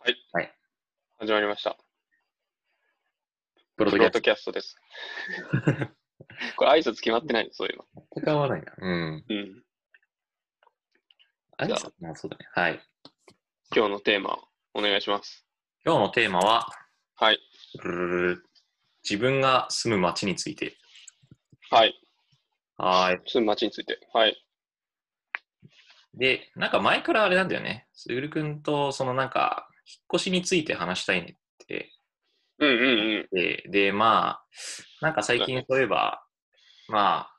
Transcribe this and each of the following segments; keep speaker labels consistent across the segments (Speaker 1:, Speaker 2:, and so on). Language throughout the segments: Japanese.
Speaker 1: はい。
Speaker 2: はい
Speaker 1: 始まりました。
Speaker 2: プ
Speaker 1: プ
Speaker 2: ロトキ
Speaker 1: ロ
Speaker 2: ャ
Speaker 1: ト
Speaker 2: ス
Speaker 1: キャスト です。これ挨拶決まってないのそうい
Speaker 2: ト。戦わないな。うん。
Speaker 1: えば。うん。
Speaker 2: あ
Speaker 1: じ
Speaker 2: れ
Speaker 1: ゃあ
Speaker 2: まあそうだね。はい。
Speaker 1: 今日のテーマ、お願いします。
Speaker 2: 今日のテーマは、
Speaker 1: はい。
Speaker 2: ルルルル自分が住む街について。
Speaker 1: はい。
Speaker 2: はーい。
Speaker 1: 住む街について。はい。
Speaker 2: で、なんか前からあれなんだよね。すぐるくんと、そのなんか、引っ越しについて話したいねって。
Speaker 1: うんうんうん。
Speaker 2: で、でまあ、なんか最近そういえば、まあ、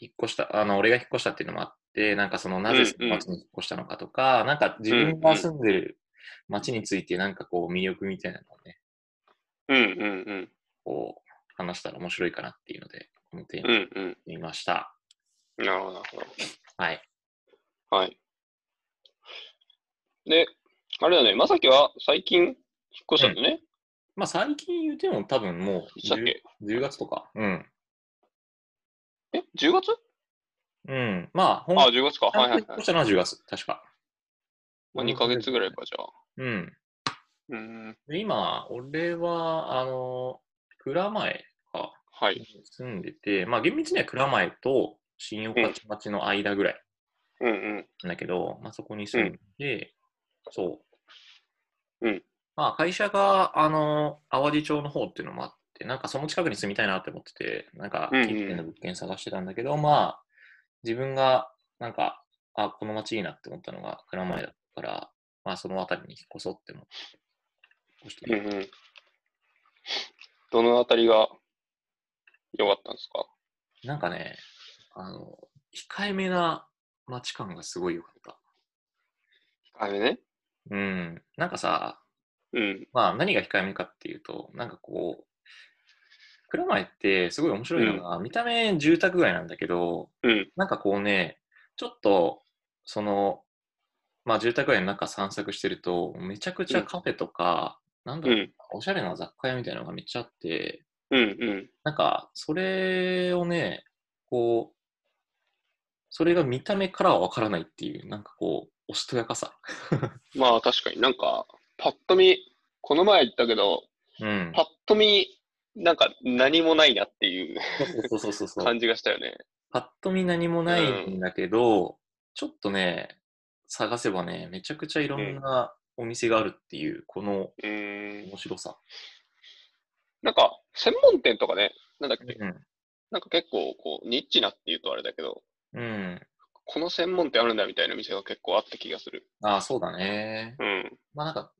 Speaker 2: 引っ越した、あの、俺が引っ越したっていうのもあって、なんかその、なぜその町に引っ越したのかとか、なんか自分が住んでる町について、なんかこう、魅力みたいなのをね、
Speaker 1: うんうんうん。
Speaker 2: こう、話したら面白いかなっていうので、思って
Speaker 1: うんうん。
Speaker 2: みました。
Speaker 1: なるほど、なるほ
Speaker 2: はい。
Speaker 1: ど。はい。で、あれだね、まさきは最近引っ越したんだね。
Speaker 2: まあ、最近言うても多分もう
Speaker 1: いつだっ
Speaker 2: 10,
Speaker 1: け
Speaker 2: 10月とか。うん。
Speaker 1: え、10月
Speaker 2: うん。まあ、本
Speaker 1: あ、10月か。
Speaker 2: 当
Speaker 1: はい
Speaker 2: に
Speaker 1: はい
Speaker 2: 引っ
Speaker 1: は
Speaker 2: 越し
Speaker 1: い。
Speaker 2: たのは10月、確か。
Speaker 1: まあ、2ヶ月ぐらいか、じゃあ。
Speaker 2: うん。
Speaker 1: うん。
Speaker 2: で今、俺は、あの、蔵前か、
Speaker 1: はい。
Speaker 2: 住んでて、まあ厳密には蔵前と新岡町の間ぐらい
Speaker 1: うんうん。
Speaker 2: なんだけど、まあそこに住んで、そう。
Speaker 1: うん
Speaker 2: まあ会社が、あの、淡路町の方っていうのもあって、なんかその近くに住みたいなって思ってて、なんか
Speaker 1: うんうん
Speaker 2: 近辺の物件探してたんだけど、まあ自分がなんか、あ、この町いいなって思ったのが蔵前だったから、まあその辺りに引っ越そうって思って。引っ越して
Speaker 1: うんうん。どのあたりが良かったんですか
Speaker 2: なんかね、あの、控えめな街感がすごい良かった。
Speaker 1: あれね。
Speaker 2: うん。なんかさ、
Speaker 1: うん。
Speaker 2: まあ何が控えめかっていうと、なんかこう、蔵前ってすごい面白いのが、見た目住宅街なんだけど、
Speaker 1: うん。
Speaker 2: なんかこうね、ちょっと、その、まあ住宅街の中散策してると、めちゃくちゃカフェとか、なんだ
Speaker 1: う
Speaker 2: ろう、
Speaker 1: ん。
Speaker 2: おしゃれな雑貨屋みたいなのがめっちゃあって、
Speaker 1: うん。うん。
Speaker 2: なんか、それをね、こう、それが見た目からはわからないっていう、なんかこう、おしとやかさ。
Speaker 1: まあ確かになんか、パッと見、この前言ったけど、
Speaker 2: うん
Speaker 1: パ。ッと見、なんか何もないなっていう
Speaker 2: そうそうそうそうそう。
Speaker 1: 感じがしたよね。
Speaker 2: パッと見何もないんだけど、ちょっとね、探せばね、めちゃくちゃいろんなお店があるっていう、この
Speaker 1: うーん。
Speaker 2: 面白さ。
Speaker 1: なんか、専門店とかね、なんだっけ、
Speaker 2: うん。
Speaker 1: なんか結構こう、ニッチなって言うとあれだけど、
Speaker 2: うん。
Speaker 1: この専門店あるんだみたいな店が結構あった気がする。
Speaker 2: ああ、そうだね。
Speaker 1: うん。
Speaker 2: まあなんか、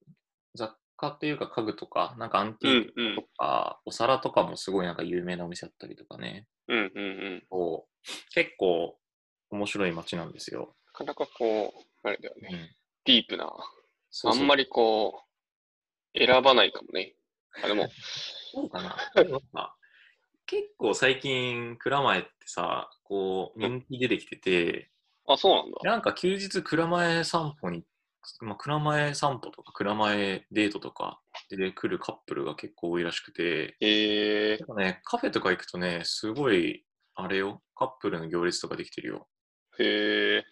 Speaker 2: 雑貨っていうか家具とか、なんかアンテ
Speaker 1: う
Speaker 2: ィー
Speaker 1: ん
Speaker 2: ク
Speaker 1: うん
Speaker 2: と。か、お皿とかもすごいなんか有名なお店あったりとかね。
Speaker 1: うんうんうん。
Speaker 2: こう結構面白い街なんですよ。
Speaker 1: なかなかこう、あれだよ
Speaker 2: う
Speaker 1: ね。
Speaker 2: ん、
Speaker 1: ディープな。
Speaker 2: そう
Speaker 1: あんまりこう、選ばないかもね。あ、で も、
Speaker 2: そうかな。でもなんか結構最近、蔵前ってさ、こう、人気出てきてて、
Speaker 1: あ、そうなんだ。
Speaker 2: なんか休日、蔵前散歩に、まあ、蔵前散歩とか、蔵前デートとかで来るカップルが結構多いらしくて、
Speaker 1: へえ
Speaker 2: なんかね、カフェとか行くとね、すごい、あれよ、カップルの行列とかできてるよ。
Speaker 1: ー、へえ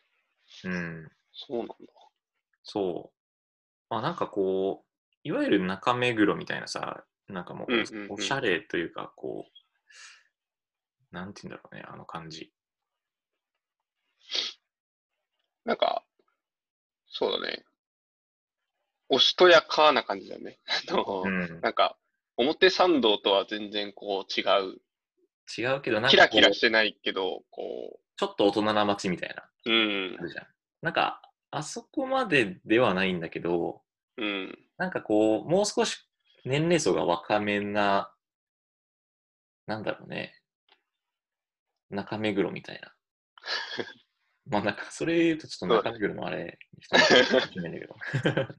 Speaker 1: ー、
Speaker 2: うん。
Speaker 1: そうなんだ。
Speaker 2: そう。まあなんかこう、いわゆる中目黒みたいなさ、なんかも
Speaker 1: うんうんうん
Speaker 2: うおしゃれというか、こう、なんて言うんだろうね、あの感じ。
Speaker 1: なんか、そうだね。おしとやかな感じだね。 あの、
Speaker 2: うん、
Speaker 1: なんか、表参道とは全然こう違う。
Speaker 2: 違うけど、なん
Speaker 1: キ
Speaker 2: か
Speaker 1: ラ
Speaker 2: こ
Speaker 1: キ
Speaker 2: う
Speaker 1: ラしてないけど、こ
Speaker 2: ちょっと大人な街みたいな、
Speaker 1: う、うん
Speaker 2: あ、るじゃん。なんか、あそこまでではないんだけど、
Speaker 1: うん、
Speaker 2: なんかこう、もう少し年齢層が若めな、なんだろうね、中目黒みた いな。まあなんか、それ言うとちょっと中目黒のあれ、人にかもしれないんだけど。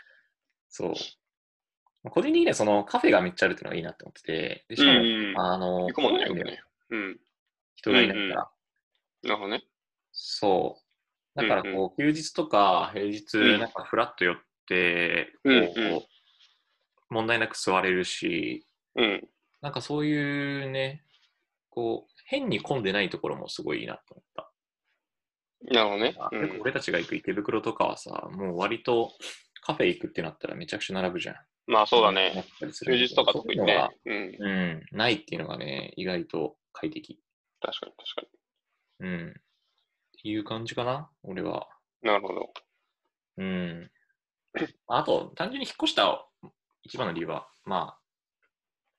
Speaker 2: そう。まあ個人的にはそのカフェがめっちゃあるっていうのがいいなって思ってて、でしかも、
Speaker 1: うん
Speaker 2: あの、
Speaker 1: 行くもんね、よく
Speaker 2: 来ないんだよ
Speaker 1: ね。うん、
Speaker 2: 人がいないから、
Speaker 1: うんうんなるほどね。
Speaker 2: そう。だからこう、休日とか平
Speaker 1: う
Speaker 2: 日、
Speaker 1: ん
Speaker 2: なんかフラッと寄って、こ
Speaker 1: うんうん
Speaker 2: う、問題なく座れるし、
Speaker 1: うん、
Speaker 2: なんかそういうね、こう、変に混んでないところもすごいいいなと思った。
Speaker 1: なるほどね。う
Speaker 2: 結構
Speaker 1: ん、
Speaker 2: 俺たちが行く池袋とかはさ、もう割とカフェ行くってなったらめちゃくちゃ並ぶじゃん。
Speaker 1: まあそうだね。。休
Speaker 2: 休
Speaker 1: 日とか特にね。うん。
Speaker 2: うん、ないっていうのがね、意外と快適。
Speaker 1: 確かに確か
Speaker 2: うん。っていう感じかな、俺は。
Speaker 1: に。なるほど。
Speaker 2: うん。あと、単純に引っ越した一番の理由は、まあ、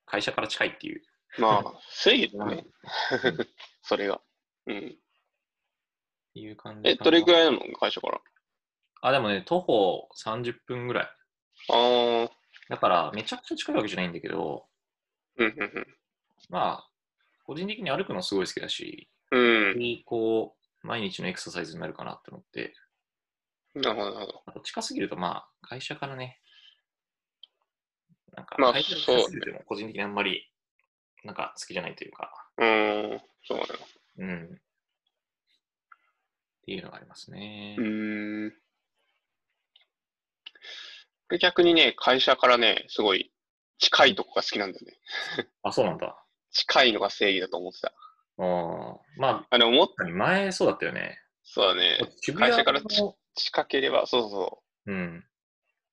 Speaker 2: 会社から近いっていう。
Speaker 1: まあ、正義だ
Speaker 2: う
Speaker 1: ね。 それが。うん。
Speaker 2: いう感じ
Speaker 1: え、どれく
Speaker 2: い
Speaker 1: らいなの会社から。
Speaker 2: あ、でもね、徒歩30分ぐらい。
Speaker 1: あー。
Speaker 2: だから、めちゃくちゃ近いわけじゃないんだけど、
Speaker 1: うん、うん、
Speaker 2: まあ、個人的に歩くのすごい好きだし、
Speaker 1: うん。
Speaker 2: よりこう、毎日のエクササイズになるかなって思って、
Speaker 1: うん。なるほど、なるほど。
Speaker 2: あと近すぎると、まあ、会社からね、なんか、
Speaker 1: まあ
Speaker 2: 会社から近すぎると、個人的にあんまり、なんか好きじゃないというか、
Speaker 1: うーん。そうだね。
Speaker 2: うん。っていうのがありますね
Speaker 1: う。ーん。僕逆にね、会社からね、すごい近いとこが好きなんだよね。
Speaker 2: あ、そうなんだ。
Speaker 1: 近いのが正義だと思ってた。
Speaker 2: あーま
Speaker 1: あ、でももっと、
Speaker 2: あ、前そうだったよね。
Speaker 1: そうだね。
Speaker 2: 渋
Speaker 1: 会社から
Speaker 2: 谷の
Speaker 1: 近ければ、そうそうそ
Speaker 2: うん。
Speaker 1: う。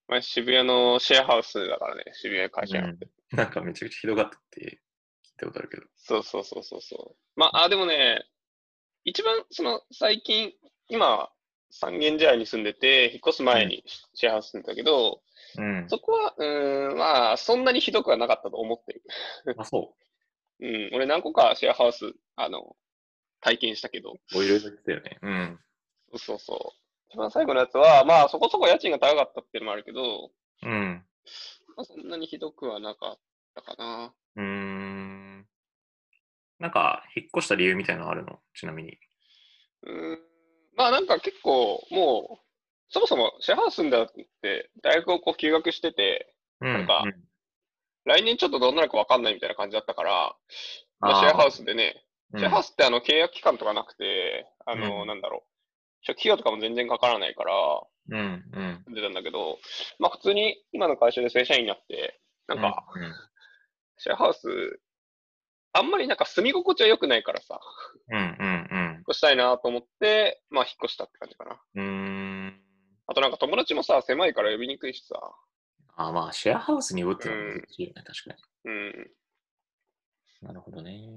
Speaker 1: 前渋谷のシェアハウスだからね、渋谷に会社があって。
Speaker 2: なんかめちゃくちゃひどかったって聞いたことあるけど。
Speaker 1: そうそうそうそうそう。まあ、あ、でもね、一番その最近、今、三軒茶屋に住んでて、引っ越す前にシェアハウス住んでたけど、
Speaker 2: うん。
Speaker 1: そこは、うーん、まあ、そんなにひどくはなかったと思ってる。
Speaker 2: あ、そ
Speaker 1: うん、俺何個かシェアハウス、あの、体験したけど、
Speaker 2: う。おいろいろ言ってたよね。うん。
Speaker 1: そうそう。一番最後のやつは、まあそこそこ家賃が高かったっていうのもあるけど、
Speaker 2: うん。
Speaker 1: まあ、そんなにひどくはなかったかな。
Speaker 2: うーん。なんか、引っ越した理由みたいなのあるのちなみに。
Speaker 1: うん、まあなんか結構もう、そもそもシェアハウス住んだって、大学をこう休学してて、
Speaker 2: うん。
Speaker 1: なんか
Speaker 2: う
Speaker 1: 来年ちょっとどうなるかわかんないみたいな感じだったから、まあ、
Speaker 2: あ
Speaker 1: シ
Speaker 2: ー
Speaker 1: ェアハウスでね、
Speaker 2: うん
Speaker 1: シェアハウスってあの契約期間とかなくて、あの、
Speaker 2: うん
Speaker 1: なんだろう、初期費用とかも全然かからないから、
Speaker 2: うん。うん。
Speaker 1: 出たんだけど、まあ普通に今の会社で正社員になって、なんか、シェアハウス、あんまりなんか住み心地は良くないからさ、
Speaker 2: うん。うん。うん。
Speaker 1: 引っ越したいなと思って、まあ引っ越したって感じかな。
Speaker 2: うん。うーん。
Speaker 1: あとなんか友達もさ、狭いから呼びにくいしさ、
Speaker 2: あ、まあ、シェアハウスに呼ぶってのも難しいよね。確か
Speaker 1: うん、
Speaker 2: に。なるほどね。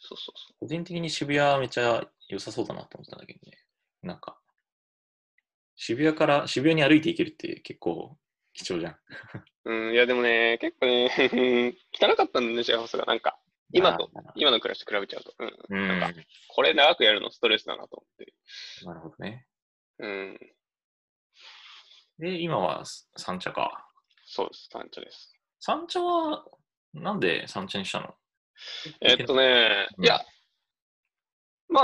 Speaker 1: そうそうそ
Speaker 2: 個人的に渋谷はめちゃ良さそうだなと思ったんだけどね。なんか、渋谷から、渋谷に歩いて行けるって結構貴重じゃん。
Speaker 1: う。うん、いやでもね、結構ね、 汚かったんだよね、シェアハウスが。なんか、今と、
Speaker 2: あー。
Speaker 1: 今の暮らしと比べちゃうと、うん、
Speaker 2: うん。
Speaker 1: な
Speaker 2: なん
Speaker 1: これ長くやるのストレスだなと思って。
Speaker 2: るほどね。
Speaker 1: うん、
Speaker 2: で、今は三茶か。
Speaker 1: そうです、単調です。
Speaker 2: 三茶は、なんで三茶にしたの
Speaker 1: えっとね、
Speaker 2: うん
Speaker 1: いや、ま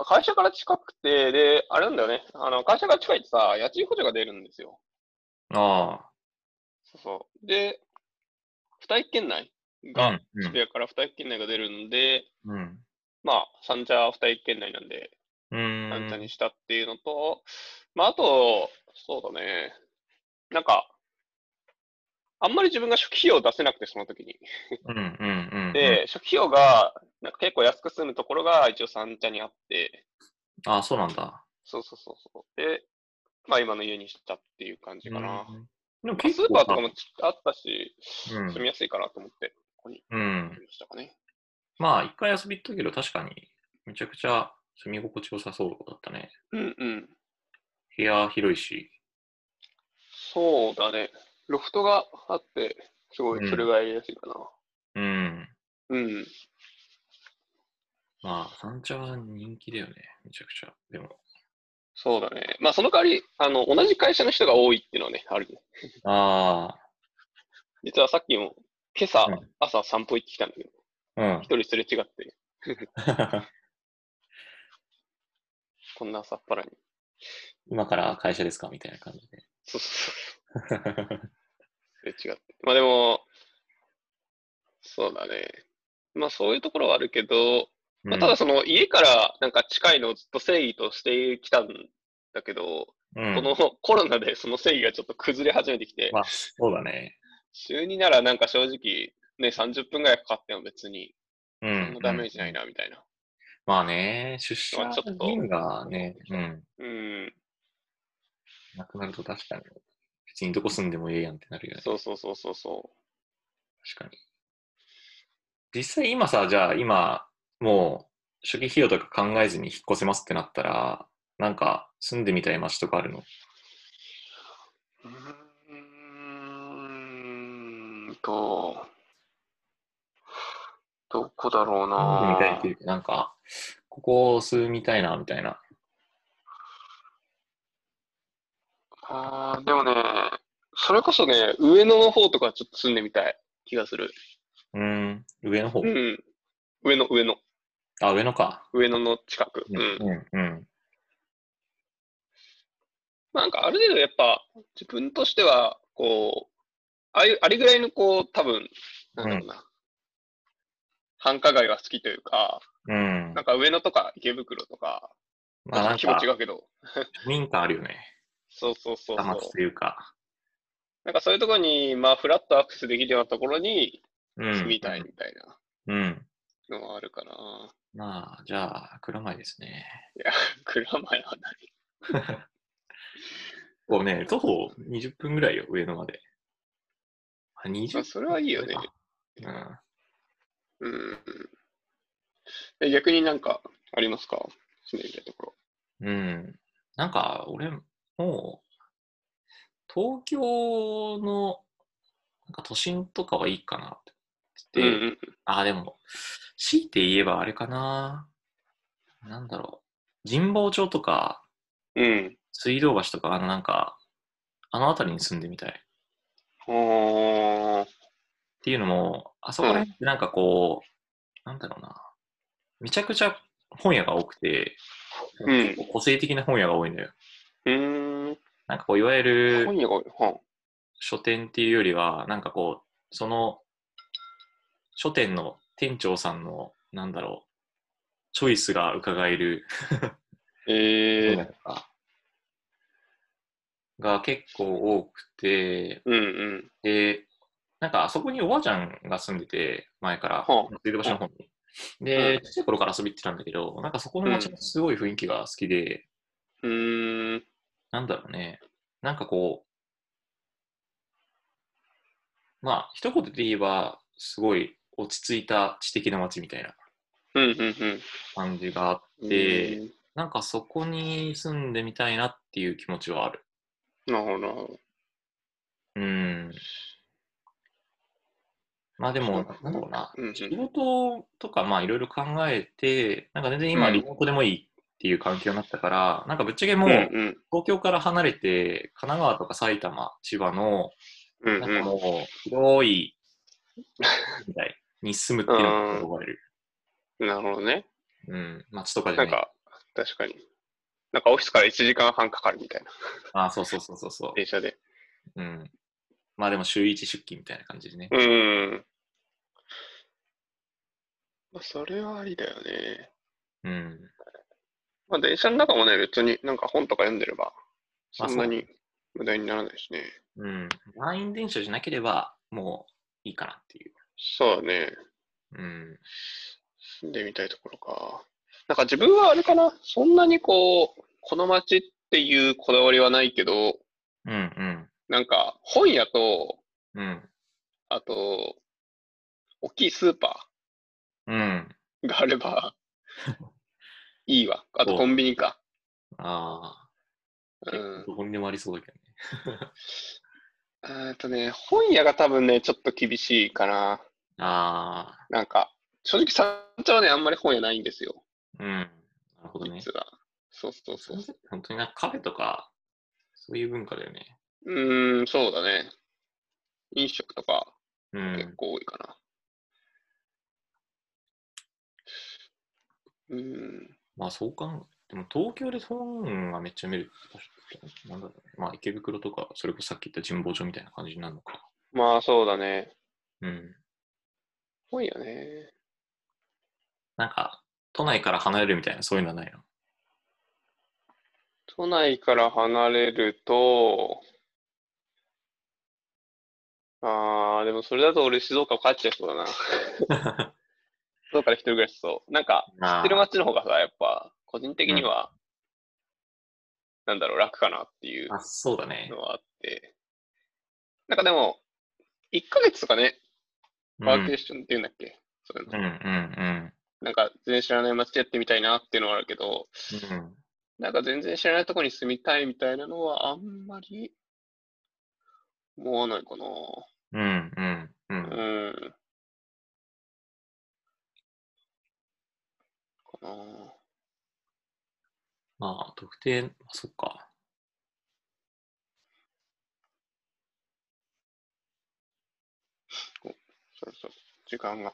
Speaker 1: あ、会社から近くて、で、あれなんだよね、あの会社から近いってさ、家賃補助が出るんですよ。
Speaker 2: あ
Speaker 1: そうそう。で、二駅圏内
Speaker 2: あ。
Speaker 1: が、
Speaker 2: うん
Speaker 1: 渋谷から二駅圏内が出るんで、
Speaker 2: うん。
Speaker 1: まあ、三茶は二駅圏内なんで、
Speaker 2: うん。
Speaker 1: 三茶にしたっていうのと、まあ、あと、そうだね、なんか、あんまり自分が初期費用を出せなくて、その時に。
Speaker 2: うんうんうんうん。
Speaker 1: で、初期費用が、なんか結構安く済むところが一応三茶にあって、
Speaker 2: ああ、そうなんだ。
Speaker 1: そうそうそうそう。で、まあ今の家にしたっていう感じかな。ま
Speaker 2: うんでも
Speaker 1: あス
Speaker 2: 結
Speaker 1: ー
Speaker 2: 構
Speaker 1: パー
Speaker 2: さ
Speaker 1: とかもちあったし、
Speaker 2: うん
Speaker 1: 住みやすいかなと思って、ここに
Speaker 2: うん
Speaker 1: 住。みましたかね。
Speaker 2: まあ、一回遊び行ったけど、確かに、めちゃくちゃ住み心地良さそうだったね。
Speaker 1: うんうん。
Speaker 2: 部屋広いし。
Speaker 1: そうだね。ロフトがあって、すご
Speaker 2: う
Speaker 1: い、
Speaker 2: ん
Speaker 1: それがやりやすいかな。
Speaker 2: うん。
Speaker 1: うん。
Speaker 2: まあ、三茶は人気だよね。めちゃくちゃ。でも。
Speaker 1: そうだね。まあその代わり、あの、同じ会社の人が多いっていうのはね、あるね。
Speaker 2: あ
Speaker 1: 実はさっきも、今朝、
Speaker 2: うん
Speaker 1: 朝散歩行ってきたんだけど、
Speaker 2: あ。うん
Speaker 1: 一。人すれ違って、こんな朝っぱらに。
Speaker 2: 今から会社ですかみたいな感じで。
Speaker 1: そうそうそう。え、違って。まあでも、そうだね。まあそういうところはあるけど、 まあ、ただその家からなんか近いのをずっと正義としてきたんだけど、
Speaker 2: うん、
Speaker 1: このコロナでその正義がちょっと崩れ始めてきて、
Speaker 2: まあ、そうだね。
Speaker 1: 週2ならなんか正直ね、30分ぐらいかかっても別に、
Speaker 2: う
Speaker 1: そ
Speaker 2: ん。
Speaker 1: んなダメージない
Speaker 2: な。
Speaker 1: なみたいな。
Speaker 2: まあね、出社
Speaker 1: まあちょっと
Speaker 2: 義務がね、うん、
Speaker 1: うん。
Speaker 2: なくなると確かに別にどこ住んでもええやんってなるよね。
Speaker 1: そうそうそうそうそ
Speaker 2: 確かに。実際今さ、じゃあ今、もう初期費用とか考えずに引っ越せますってなったら、なんか住んでみたい街とかあるの
Speaker 1: う。うーんと、どこだろう
Speaker 2: 住んでみ
Speaker 1: な
Speaker 2: たいっていうか、なんか、ここ住みたいなみたいな。
Speaker 1: あーでもね、それこそね、上野の方とかちょっと住んでみたい気がする。
Speaker 2: うん、上の方
Speaker 1: う。ん。上野、上野、
Speaker 2: あ、上のか。
Speaker 1: 上野の近く。うん。
Speaker 2: うん、うん。
Speaker 1: まあなんかある程度やっぱ自分としては、こう、ああいう、あれぐらいのこう、多分、なんだろうな、繁華街が好きというか、
Speaker 2: うん
Speaker 1: な。んか上野とか池袋とか、
Speaker 2: まあなん
Speaker 1: 規模
Speaker 2: か、
Speaker 1: 違うけど、
Speaker 2: 民家あるよね。
Speaker 1: そうそうそう
Speaker 2: 下
Speaker 1: そう。
Speaker 2: 町というか。
Speaker 1: なんかそういうところに、まあフラットアクセスできるようなところに
Speaker 2: うん。
Speaker 1: 住みたいみたいな
Speaker 2: うん。
Speaker 1: のはあるかな。
Speaker 2: まあ、じゃあ、蔵前ですね。
Speaker 1: いや、蔵前は何
Speaker 2: こうね、徒歩20分ぐらいよ、上野まで。あ、20
Speaker 1: まあそれはいいよね。
Speaker 2: うん。
Speaker 1: うん。え逆になんかありますか住んでみたいところ。
Speaker 2: うん。なんか、俺、もう、東京の、なんか都心とかはいいかなって。
Speaker 1: うんうん。
Speaker 2: ああ、でも、強いて言えばあれかな。なんだろう。神保町とか、
Speaker 1: うん。
Speaker 2: 水道橋とか、あのなんか、あの辺りに住んでみたい。っ
Speaker 1: ほー。
Speaker 2: ていうのも、あそこら辺ってなんかこう、なんだろうな。めちゃくちゃ本屋が多くて、
Speaker 1: うん
Speaker 2: 結構個性的な本屋が多いのよ。
Speaker 1: うーん。
Speaker 2: なんかこう、いわゆる、
Speaker 1: 本屋が多い。は
Speaker 2: 書店っていうよりは、なんかこう、その書店の店長さんの、なんだろう、チョイスが伺える
Speaker 1: あ、ええー。
Speaker 2: が結構多くて、
Speaker 1: うんうん。
Speaker 2: で、なんかあそこにおばあちゃんが住んでて、前から
Speaker 1: は、
Speaker 2: 水道橋の方に。で、小さい頃から遊び行ってたんだけど、なんかそこの街のすごい雰囲気が好きで、
Speaker 1: うーん。
Speaker 2: なんだろうね。なんかこう、まあ、一言で言えば、すごい落ち着いた知的な街みたいな
Speaker 1: うんうん
Speaker 2: 感じがあっ
Speaker 1: うん。
Speaker 2: て、
Speaker 1: う
Speaker 2: なんかそこに住んでみたいなっていう気持ちはある。
Speaker 1: ーんなるほどなるほど。
Speaker 2: うん。まあでも
Speaker 1: そう、
Speaker 2: なんだろうな。
Speaker 1: うんうん
Speaker 2: 仕事とか、まあいろいろ考えて、なんか全然今リモートでもいいっていう環境になったから、なんかぶっちゃけもう、
Speaker 1: うんうん
Speaker 2: 東京から離れて、神奈川とか埼玉、千葉の、
Speaker 1: うん
Speaker 2: なん
Speaker 1: う
Speaker 2: か
Speaker 1: ん。
Speaker 2: もう、広い、みたいに住むっていうのが憧れる。
Speaker 1: なるほどね。
Speaker 2: うん、街とかじゃ
Speaker 1: な
Speaker 2: なんい。
Speaker 1: か、確かに。なんかオフィスから1時間半かかるみたいな、
Speaker 2: あそうそうそうそうそ
Speaker 1: 電車で。
Speaker 2: う。うん。まあでも週一出勤みたいな感じでね。
Speaker 1: うーん。まあ、それはありだよね。
Speaker 2: うん。
Speaker 1: まあ、電車の中もね、別になんか本とか読んでれば、
Speaker 2: ま
Speaker 1: そ
Speaker 2: あ
Speaker 1: んなに無駄にならないしね。
Speaker 2: うん。満員電車じゃなければ、もういいかなっていう。
Speaker 1: そうだね。
Speaker 2: うん。
Speaker 1: 住んでみたいところか。なんか自分はあれかな、そんなにこう、この街っていうこだわりはないけど、
Speaker 2: うん
Speaker 1: なんか本屋と、
Speaker 2: うん。うん。
Speaker 1: あと、大きいスーパ
Speaker 2: うん。
Speaker 1: ー があればいいわ。あと
Speaker 2: お
Speaker 1: コンビニか。
Speaker 2: あ
Speaker 1: う
Speaker 2: あ。結
Speaker 1: ん
Speaker 2: 構。どこにでもありそうだけどね。
Speaker 1: えーっとね、本屋が多分ね、ちょっと厳しいかな。
Speaker 2: ああ。
Speaker 1: なんか、正直三茶はね、あんまり本屋ないんですよ。
Speaker 2: うん。なるほどね。
Speaker 1: 実は。そうそうそう。
Speaker 2: 本当になんかカフェとか、そういう文化だよね。
Speaker 1: うーん、そうだね。飲食とか
Speaker 2: う
Speaker 1: 結
Speaker 2: ん。
Speaker 1: 構多いかな。うーん。
Speaker 2: まあそうかん、でも東京で本はめっちゃ見る。なんだろうね。まあ池袋とか、それこそさっき言った神保町みたいな感じになるのか。
Speaker 1: まあそうだね。
Speaker 2: うん。
Speaker 1: 多いよね。
Speaker 2: なんか、都内から離れるみたいな、そういうのはないの。
Speaker 1: 都内から離れると、あー、でもそれだと俺静岡帰っちゃいそうだ な。静岡で一人暮らししそう。なんか、知
Speaker 2: あ
Speaker 1: ってる街の方がさ、やっぱ、個人的には、なんだろう、楽かなっていう
Speaker 2: あ、そうだね。
Speaker 1: のはあって、なんかでも、1ヶ月とかね、
Speaker 2: うん
Speaker 1: ワーケーションって言うんだっけ、そういうの
Speaker 2: うんうん
Speaker 1: なんか全然知らない街でやってみたいなっていうのはあるけど、
Speaker 2: うん。うん
Speaker 1: なんか全然知らないとこに住みたいみたいなのはあんまり思わないかな。
Speaker 2: うんうん
Speaker 1: う
Speaker 2: う。
Speaker 1: んん。かな。
Speaker 2: まあ、特定、そっか。
Speaker 1: そろそろ時間が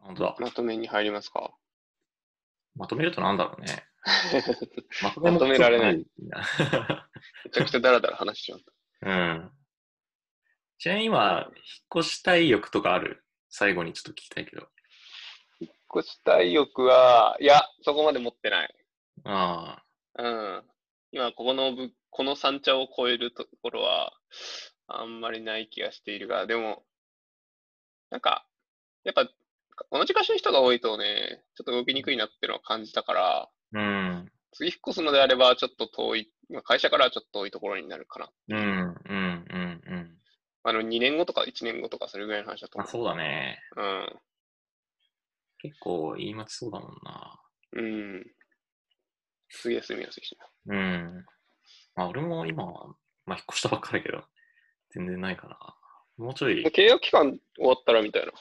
Speaker 2: 本当だ。
Speaker 1: まとめに入りますか。
Speaker 2: まとめるとなんだろうね。まと
Speaker 1: まとめられない
Speaker 2: い。
Speaker 1: めちゃくちゃダラダラ話しちゃう。
Speaker 2: うん。ちなみに今、引っ越したい欲とかある最後にちょっと聞きたいけど。
Speaker 1: 引っ越したい欲は、いや、そこまで持ってない。
Speaker 2: ああ。
Speaker 1: うん。今、ここのぶ、この山頂を超えるところは、あんまりない気がしているが、でも、なんか、やっぱ、同じ場所の人が多いとね、ちょっと動きにくいなっていうのは感じたから、
Speaker 2: うん。
Speaker 1: 次引っ越すのであれば、ちょっと遠い、まあ会社からはちょっと遠いところになるかな。
Speaker 2: うん。うん。うん。うん。
Speaker 1: あの、2年後とか1年後とか、それぐらいの話だと
Speaker 2: まあ、
Speaker 1: 思
Speaker 2: そうだね。
Speaker 1: う。うん。
Speaker 2: 結構言い間そうだもんな。
Speaker 1: うん。すげえ住みやすいしな。
Speaker 2: うん。まあ、俺も今、まあ、引っ越したばっかりだけど、全然ないかな。もうちょい
Speaker 1: もう、契約期間終わったらみたいな。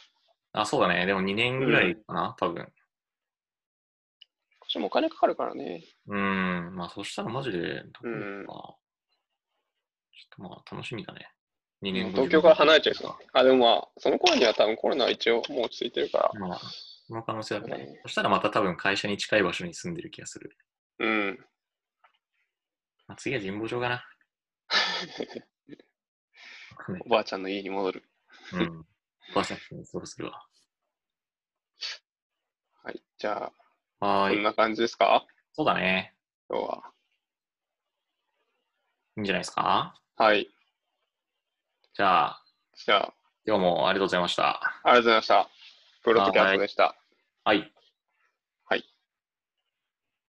Speaker 2: あ、そうだね。でも2年ぐらいかな、多分。
Speaker 1: こっちもお金かかるからね。
Speaker 2: うん、まあそしたらマジで、どこ行
Speaker 1: うん
Speaker 2: くか。ちょっとまあ楽しみだね。2年後
Speaker 1: 東京から離れちゃいそう。あ、でもまあ、その頃には多分コロナは一応もう落ち着いてるから。
Speaker 2: まあ、その可能性ある
Speaker 1: そうだ
Speaker 2: ね
Speaker 1: ね。
Speaker 2: そしたらまた多分会社に近い場所に住んでる気がする。
Speaker 1: うん。
Speaker 2: まあ、次は神保町かな。わかんない
Speaker 1: おばあちゃんの家に戻る。
Speaker 2: うん。おばあちゃんにそうするわ。
Speaker 1: はい。じゃあ、
Speaker 2: は
Speaker 1: こ
Speaker 2: ー
Speaker 1: ん
Speaker 2: い。
Speaker 1: な感じですか
Speaker 2: そうだね。
Speaker 1: 今日は。
Speaker 2: いいんじゃないですか。
Speaker 1: はい。
Speaker 2: じゃあ、
Speaker 1: じゃあ、
Speaker 2: 今日もありがとうございました。
Speaker 1: ありがとうございました。プロトキャストでした。
Speaker 2: はい。